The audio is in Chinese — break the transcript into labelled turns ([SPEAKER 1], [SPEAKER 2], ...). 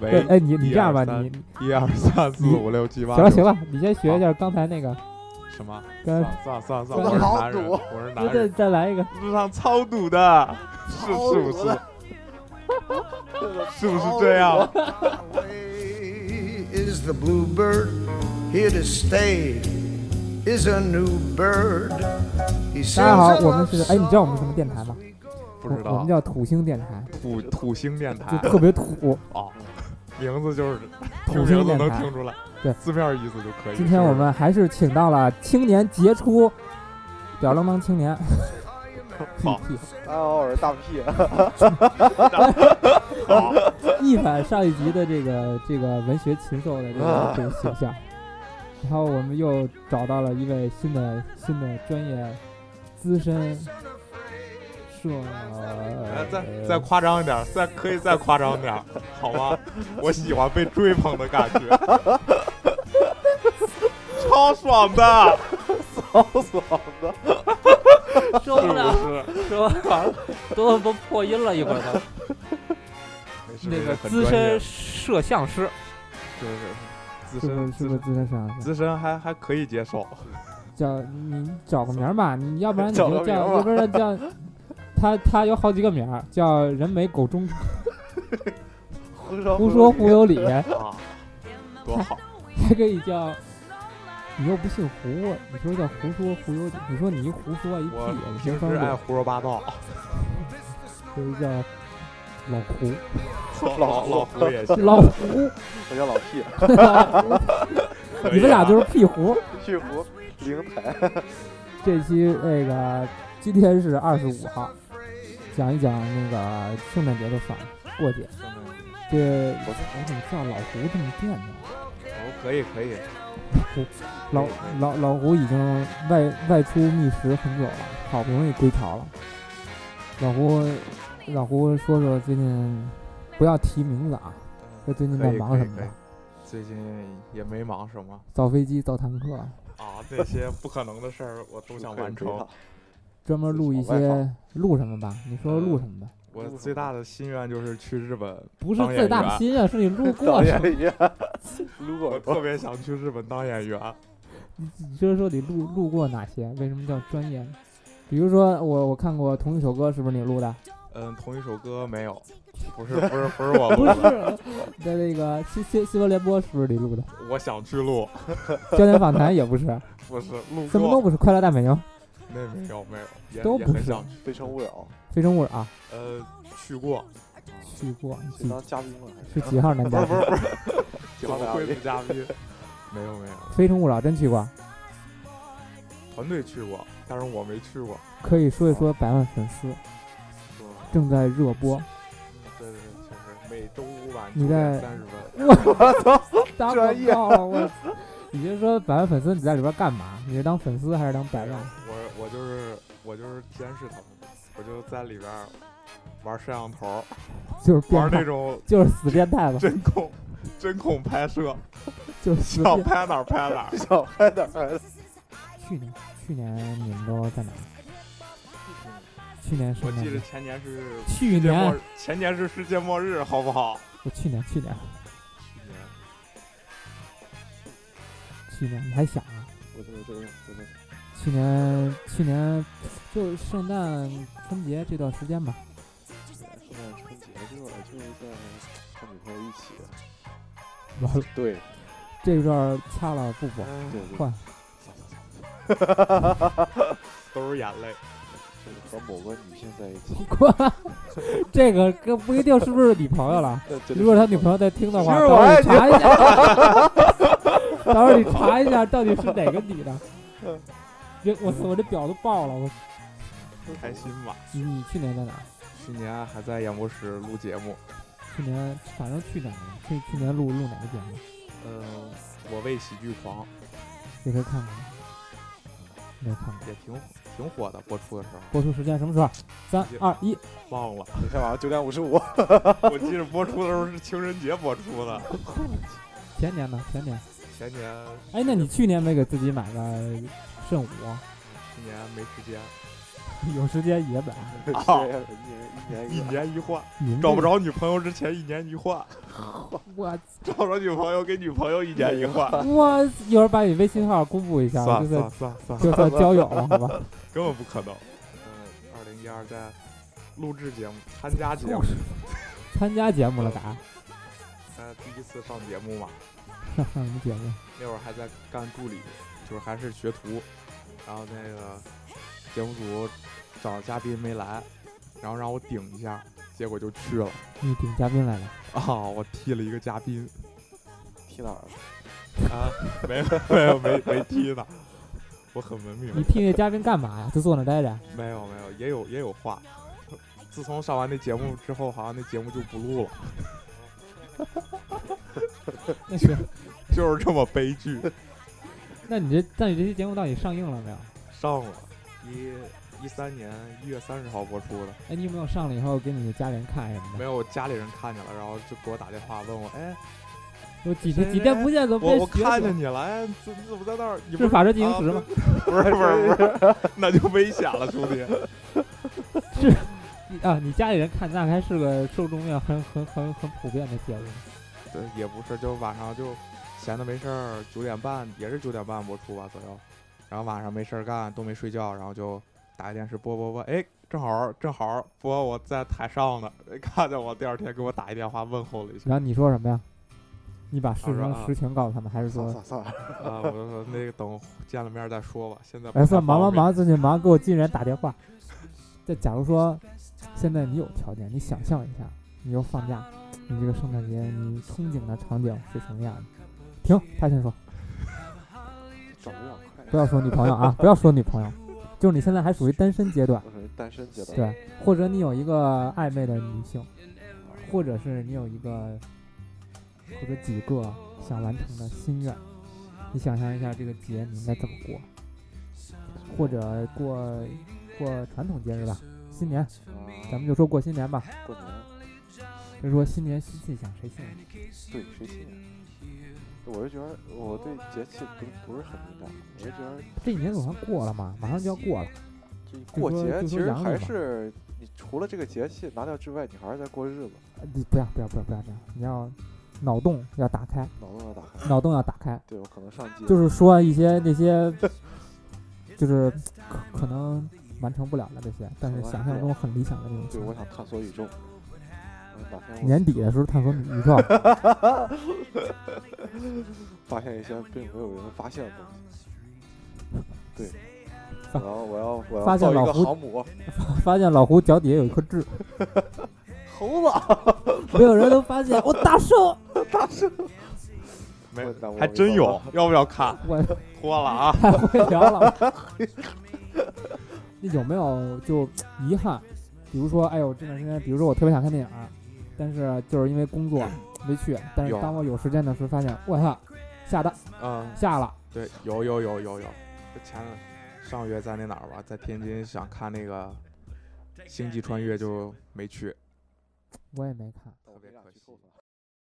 [SPEAKER 1] 对，哎，你你
[SPEAKER 2] 一
[SPEAKER 1] 这样吧，
[SPEAKER 2] 二
[SPEAKER 1] 你
[SPEAKER 2] 一二三四
[SPEAKER 1] 你
[SPEAKER 2] 五六七八，
[SPEAKER 1] 行了
[SPEAKER 2] 九
[SPEAKER 1] 行了，你先学一下刚才那个，
[SPEAKER 2] 什么？
[SPEAKER 1] 刚
[SPEAKER 2] 算算算算，
[SPEAKER 1] 刚
[SPEAKER 2] 我是
[SPEAKER 3] 好啊
[SPEAKER 2] 男人，
[SPEAKER 3] 赌
[SPEAKER 2] 我是
[SPEAKER 1] 那
[SPEAKER 2] 男
[SPEAKER 1] 再
[SPEAKER 2] 人，
[SPEAKER 1] 再来一个，
[SPEAKER 2] 路上超堵 的，是
[SPEAKER 3] 超
[SPEAKER 2] 是不
[SPEAKER 3] 堵
[SPEAKER 2] 是
[SPEAKER 3] 的？
[SPEAKER 2] 是不是这样？
[SPEAKER 4] Away Is the bluebird here to stay? Is a new bird. He sings
[SPEAKER 1] 大家好
[SPEAKER 4] a，
[SPEAKER 1] 我们
[SPEAKER 4] love
[SPEAKER 1] 是哎，你知道我们是什么电台
[SPEAKER 4] song
[SPEAKER 1] 吗？
[SPEAKER 2] 不知
[SPEAKER 1] 我我
[SPEAKER 2] 道，
[SPEAKER 1] 们叫土星电台，
[SPEAKER 2] 土土星电
[SPEAKER 1] 就
[SPEAKER 2] 台
[SPEAKER 1] 特别土。
[SPEAKER 2] 哦，名字就是听
[SPEAKER 1] 土
[SPEAKER 2] 名
[SPEAKER 1] 星
[SPEAKER 2] 字
[SPEAKER 1] 电
[SPEAKER 2] 能
[SPEAKER 1] 台
[SPEAKER 2] 听。出来，
[SPEAKER 1] 对
[SPEAKER 2] 字面意思就可以。
[SPEAKER 1] 今天我们还是请到了青年杰出，吊儿郎当青年。
[SPEAKER 2] 好
[SPEAKER 3] 啊，我是大屁，
[SPEAKER 2] 好，
[SPEAKER 1] 一反上一集的这个这个文学禽兽的这个这个形象。然后我们又找到了一位新的新的专业资深社
[SPEAKER 2] 来哎再再夸张一点，再可以再夸张点，好吗？我喜欢被追捧的感觉， 超爽的，
[SPEAKER 3] 好爽的，
[SPEAKER 5] 受不了，
[SPEAKER 2] 是
[SPEAKER 5] 说完了，都都破音了，一会儿都。
[SPEAKER 2] 不是？
[SPEAKER 5] 那个
[SPEAKER 2] 很
[SPEAKER 5] 资
[SPEAKER 2] 专业
[SPEAKER 5] 深摄像师，
[SPEAKER 2] 是不是资
[SPEAKER 1] 是不是
[SPEAKER 2] 深
[SPEAKER 1] 是
[SPEAKER 2] 资
[SPEAKER 1] 不是
[SPEAKER 2] 深
[SPEAKER 1] 资深摄像师？
[SPEAKER 2] 资深还还可以接受，
[SPEAKER 1] 叫你找个名儿吧，你要不然你
[SPEAKER 3] 找
[SPEAKER 1] 就
[SPEAKER 3] 个名
[SPEAKER 1] 叫，
[SPEAKER 3] 儿吧
[SPEAKER 1] 要不 然叫他他有好几个名儿，叫人美狗中
[SPEAKER 3] 胡说
[SPEAKER 1] 胡说胡有理，
[SPEAKER 2] 啊，多 好，
[SPEAKER 1] 还可以叫。你又不姓胡，你说叫胡说胡有理，你说你一胡说一屁
[SPEAKER 2] 我，
[SPEAKER 1] 你
[SPEAKER 2] 平
[SPEAKER 1] 平
[SPEAKER 2] 时爱
[SPEAKER 1] 常
[SPEAKER 2] 胡说八 道，
[SPEAKER 1] 就就叫老胡，
[SPEAKER 2] 老老胡也 行，
[SPEAKER 1] 老 胡，
[SPEAKER 3] 我叫老屁，
[SPEAKER 2] 可以啊
[SPEAKER 1] 你们俩就是屁胡。
[SPEAKER 3] 巨胡灵台，
[SPEAKER 1] 这期那个今天是二十五号，讲一讲那个圣诞节的事儿，过节。这我我怎么叫老胡这么别扭？
[SPEAKER 2] 哦可以可以，
[SPEAKER 1] 老老老胡已经外外出觅食很久了，好不容易归巢了。老胡，老胡说说最近，不要提名字啊，说最近在
[SPEAKER 2] 可以
[SPEAKER 1] 忙
[SPEAKER 2] 可以
[SPEAKER 1] 什么
[SPEAKER 2] 可以
[SPEAKER 1] 的？
[SPEAKER 2] 最近也没忙什么
[SPEAKER 1] 造飞机、造坦克，
[SPEAKER 2] 啊，这些不可能的事儿我都想完成。
[SPEAKER 1] 专门录一
[SPEAKER 3] 自己往外
[SPEAKER 1] 些录什么吧？你说录什么吧？
[SPEAKER 2] 我最大的心愿就是去日 本，
[SPEAKER 1] 不是
[SPEAKER 2] 当演
[SPEAKER 1] 最大
[SPEAKER 2] 员
[SPEAKER 1] 的心愿，是你路
[SPEAKER 3] 导
[SPEAKER 1] 过什
[SPEAKER 3] 演
[SPEAKER 1] 么？
[SPEAKER 3] 一样，撸
[SPEAKER 2] 我
[SPEAKER 3] 过
[SPEAKER 2] 特别想去日本当演员。
[SPEAKER 1] 你就是说你路路过哪些？为什么叫专业？比如说我我看过同一首歌，是不是你录的？
[SPEAKER 2] 嗯，同一首歌没有，不是不是不是我
[SPEAKER 1] 不
[SPEAKER 2] 录
[SPEAKER 1] 是
[SPEAKER 2] 的，
[SPEAKER 1] 在那个新新新闻联播是不是你录的？
[SPEAKER 2] 我想去录，
[SPEAKER 1] 焦点访谈也 不是，
[SPEAKER 2] 不是录
[SPEAKER 1] 什么都
[SPEAKER 2] 过，
[SPEAKER 1] 不是，快乐大本营、
[SPEAKER 2] 那没有没有，也
[SPEAKER 1] 都
[SPEAKER 2] 也
[SPEAKER 1] 不
[SPEAKER 2] 很
[SPEAKER 1] 是
[SPEAKER 2] 想去，
[SPEAKER 3] 非诚勿扰，
[SPEAKER 1] 非诚勿扰啊，
[SPEAKER 2] 呃，去过，
[SPEAKER 1] 去过
[SPEAKER 3] 去
[SPEAKER 1] 几
[SPEAKER 3] 当嘉宾了，
[SPEAKER 1] 是几号男
[SPEAKER 2] 不是
[SPEAKER 1] 嘉
[SPEAKER 2] 不是不
[SPEAKER 1] 宾？
[SPEAKER 2] 是，
[SPEAKER 3] 几
[SPEAKER 2] 怎
[SPEAKER 3] 号
[SPEAKER 2] 么
[SPEAKER 3] 嘉
[SPEAKER 2] 会是
[SPEAKER 3] 宾？
[SPEAKER 2] 嘉 宾？没有没有，
[SPEAKER 1] 非诚勿扰真去过，
[SPEAKER 2] 团队去过，但是我没去过。
[SPEAKER 1] 可以说一说百万粉丝正在热 播，
[SPEAKER 2] 对对对，就是每周五晚
[SPEAKER 1] 你
[SPEAKER 2] 九点
[SPEAKER 1] 在
[SPEAKER 2] 三十分，
[SPEAKER 1] 打
[SPEAKER 3] 专
[SPEAKER 1] 广
[SPEAKER 3] 业
[SPEAKER 1] 告了我。你别说百万粉丝，你在里边干嘛？你是当粉丝还是当百万？
[SPEAKER 2] 我我就是我就是监视他们，我就在里边儿玩摄像头，
[SPEAKER 1] 就是
[SPEAKER 2] 玩
[SPEAKER 1] 变
[SPEAKER 2] 那
[SPEAKER 1] 态，
[SPEAKER 2] 种
[SPEAKER 1] 就是死变态吧，
[SPEAKER 2] 针孔 针孔拍摄，
[SPEAKER 1] 就是死
[SPEAKER 2] 想
[SPEAKER 1] 变。
[SPEAKER 2] 拍哪儿拍哪 儿。
[SPEAKER 3] 想拍哪儿？
[SPEAKER 1] 去年去年你们都在哪儿？去年是
[SPEAKER 2] 我记得前年是
[SPEAKER 1] 去
[SPEAKER 2] 世界末
[SPEAKER 1] 年
[SPEAKER 2] 日，前年是世界末日，好不好？
[SPEAKER 1] 我去年去年去年你还想啊？
[SPEAKER 3] 我这我这我这
[SPEAKER 1] 去年去年就圣诞春节这段时间吧，
[SPEAKER 3] 圣诞春节就是就是在和女朋友一起，
[SPEAKER 1] 完了
[SPEAKER 3] 对
[SPEAKER 1] 这段儿掐了不播，
[SPEAKER 2] 哎
[SPEAKER 3] 对对，
[SPEAKER 1] 换
[SPEAKER 2] 都是眼泪。
[SPEAKER 3] 和某个女性在一起，
[SPEAKER 1] 换， 这个跟不一定是不是你朋友了。如果他女朋友在听的话，
[SPEAKER 3] 其实
[SPEAKER 1] 等
[SPEAKER 3] 我
[SPEAKER 1] 会儿
[SPEAKER 3] 爱
[SPEAKER 1] 你查一下， 等会儿你查一下到底是哪个女的。这我操，我这表都爆了！我
[SPEAKER 3] 友
[SPEAKER 2] 开心吧？
[SPEAKER 1] 你你去年在哪儿？
[SPEAKER 2] 去年还在演播室录节目，
[SPEAKER 1] 去年反正去年去去年录录哪个节目？
[SPEAKER 2] 嗯，我为喜剧狂
[SPEAKER 1] 有谁看过吗？没有看过。
[SPEAKER 2] 也挺挺火的，播出的时候
[SPEAKER 1] 播出时间什么时候？三二一，
[SPEAKER 2] 忘了，
[SPEAKER 3] 每天晚上九点五十五，
[SPEAKER 2] 我记得播出的时候是情人节播出的，
[SPEAKER 1] 前年呢？前年。
[SPEAKER 2] 前年
[SPEAKER 1] 哎，那你去年没给自己买个圣五？
[SPEAKER 2] 一年没时间，
[SPEAKER 1] 有时间也买。
[SPEAKER 2] 啊
[SPEAKER 3] 这样一年
[SPEAKER 2] 一
[SPEAKER 3] 一年
[SPEAKER 2] 年一换，
[SPEAKER 1] 你们
[SPEAKER 2] 找
[SPEAKER 1] 这
[SPEAKER 2] 不，着女朋友之前一年一换，
[SPEAKER 1] 我
[SPEAKER 2] 找着女朋友跟女朋友一年一换，
[SPEAKER 1] 我一会儿把你微信号公布一下，
[SPEAKER 2] 算
[SPEAKER 1] 就算
[SPEAKER 2] 算算算，
[SPEAKER 1] 就算交友了，好吧？
[SPEAKER 2] 根本不可能。呃，二零一二在录制节目、参加 节目，
[SPEAKER 1] 哦参加节目了 咋？
[SPEAKER 2] 呃，第一次上节目嘛，
[SPEAKER 1] 上什么节目？
[SPEAKER 2] 那会儿还在干助理，就是还是学徒，然后那个节目组找嘉宾没来，然后让我顶一下，结果就去了
[SPEAKER 1] 你顶嘉宾来了，
[SPEAKER 2] 啊，我替了一个嘉宾
[SPEAKER 3] 踢哪儿了？
[SPEAKER 2] 啊，没有没有没没踢呢，我很文明
[SPEAKER 1] 你，替那嘉宾干嘛呀？就坐那儿 待着？
[SPEAKER 2] 没有没有也有也有话，自从上完那节目之后，好像那节目就不录了，
[SPEAKER 1] 那是，
[SPEAKER 2] 就是这么悲剧，
[SPEAKER 1] 那你这，那你这期节目到底上映了没有？
[SPEAKER 2] 上了一一三年一月三十号播出的。
[SPEAKER 1] 哎，你有没有上了以后给你的家人看什么
[SPEAKER 2] 没
[SPEAKER 1] 的？
[SPEAKER 2] 有，我家里人看见了，然后就给我打电话问我，哎，
[SPEAKER 1] 我几天几天不见，怎么
[SPEAKER 2] 我
[SPEAKER 1] 变
[SPEAKER 2] 我
[SPEAKER 1] 学
[SPEAKER 2] 看
[SPEAKER 1] 者
[SPEAKER 2] 见你了，哎，你怎你怎么在那儿？你啊
[SPEAKER 1] 是法制进行时吗？
[SPEAKER 2] 不是不是不 是，那就危险了，兄弟。
[SPEAKER 1] 你啊，你家里人看那还是个受众面很很很很普遍的节目。
[SPEAKER 2] 对， 也不是，就晚上就闲的没事儿，九点半也是九点半播出吧左右，然后晚上没事儿干，都没睡觉，然后就打开电视播播播，哎，正好正好播我在台上呢， 看见我第二天给我打一电话问候了一下，
[SPEAKER 1] 然后你说什么呀？你把事
[SPEAKER 2] 我说
[SPEAKER 1] 情
[SPEAKER 2] 啊
[SPEAKER 1] 实情告诉他们，还是
[SPEAKER 3] 算
[SPEAKER 1] 说
[SPEAKER 3] 了，算了算了，
[SPEAKER 2] 啊，我就说那个等见了面儿再说吧，现在不
[SPEAKER 1] 哎，算
[SPEAKER 2] 太
[SPEAKER 1] 忙
[SPEAKER 2] 方
[SPEAKER 1] 忙
[SPEAKER 2] 便
[SPEAKER 1] 忙，最近忙，给我亲人打电话。这假如说，现在你有条件，你想象一下，你又放假，你这个圣诞节你憧憬的场景是什么样的？停，他先说，
[SPEAKER 3] 找不了快。
[SPEAKER 1] 不要说女朋友啊，不要说女朋友，就是你现在还属于单身阶段，
[SPEAKER 3] 我是单身阶段。
[SPEAKER 1] 对，或者你有一个暧昧的女性，或者是你有一个或者几个想完成的心愿，你想象一下这个节你应该怎么过，或者过过传统节日吧，新年，
[SPEAKER 3] 啊，
[SPEAKER 1] 咱们就说过新年吧，
[SPEAKER 3] 过年
[SPEAKER 1] 就说新年新气象，谁信啊？
[SPEAKER 3] 对谁信啊？我是觉得我对节气不不是很敏感，我是觉得
[SPEAKER 1] 这一年总算过了嘛，马上就要过了，
[SPEAKER 3] 这一过
[SPEAKER 1] 就说
[SPEAKER 3] 节
[SPEAKER 1] 就
[SPEAKER 3] 其
[SPEAKER 1] 说
[SPEAKER 3] 实
[SPEAKER 1] 阳历
[SPEAKER 3] 还
[SPEAKER 1] 吧
[SPEAKER 3] 是你除了这个节气拿掉之外，你还是在过日子，
[SPEAKER 1] 呃你不要不要不要不要这样，你要脑洞要打开，
[SPEAKER 3] 脑洞要打开。
[SPEAKER 1] 脑洞要打开，
[SPEAKER 3] 对我可能上季
[SPEAKER 1] 就是说一些那些，就是可可能完成不了的这些，但是想象中很理想的那种
[SPEAKER 3] 对
[SPEAKER 1] 情
[SPEAKER 3] 我
[SPEAKER 1] 况。
[SPEAKER 3] 想探索宇宙，我哪天我
[SPEAKER 1] 年底的时候探索宇 宙，
[SPEAKER 3] 发现一些并没有人发现的东西。对，
[SPEAKER 1] 发
[SPEAKER 3] 然后我要我
[SPEAKER 1] 发现
[SPEAKER 3] 要造一
[SPEAKER 1] 老
[SPEAKER 3] 个
[SPEAKER 1] 胡
[SPEAKER 3] 航母，
[SPEAKER 1] 发现老胡脚底下有一颗痣，
[SPEAKER 3] 猴子，
[SPEAKER 1] 没有人能发现。我大 圣，
[SPEAKER 2] 没
[SPEAKER 3] 我那我
[SPEAKER 2] 还
[SPEAKER 3] 没
[SPEAKER 2] 真
[SPEAKER 3] 办
[SPEAKER 2] 有
[SPEAKER 3] 法，
[SPEAKER 2] 要不要看？
[SPEAKER 1] 我
[SPEAKER 2] 脱了啊！
[SPEAKER 1] 太会聊了。 那有没有就遗憾？比如说，哎呦，这段时间，比如说我特别想看电影，但是就是因为工作没去。但是
[SPEAKER 2] 有
[SPEAKER 1] 当我有时间的时候，发现我操，下的
[SPEAKER 2] 嗯，
[SPEAKER 1] 下了，
[SPEAKER 2] 对，有有有有有，就前上个月在那哪儿吧，在天津想看那个《星际穿越》就没去，
[SPEAKER 1] 我也没看。
[SPEAKER 3] 我们俩剧透了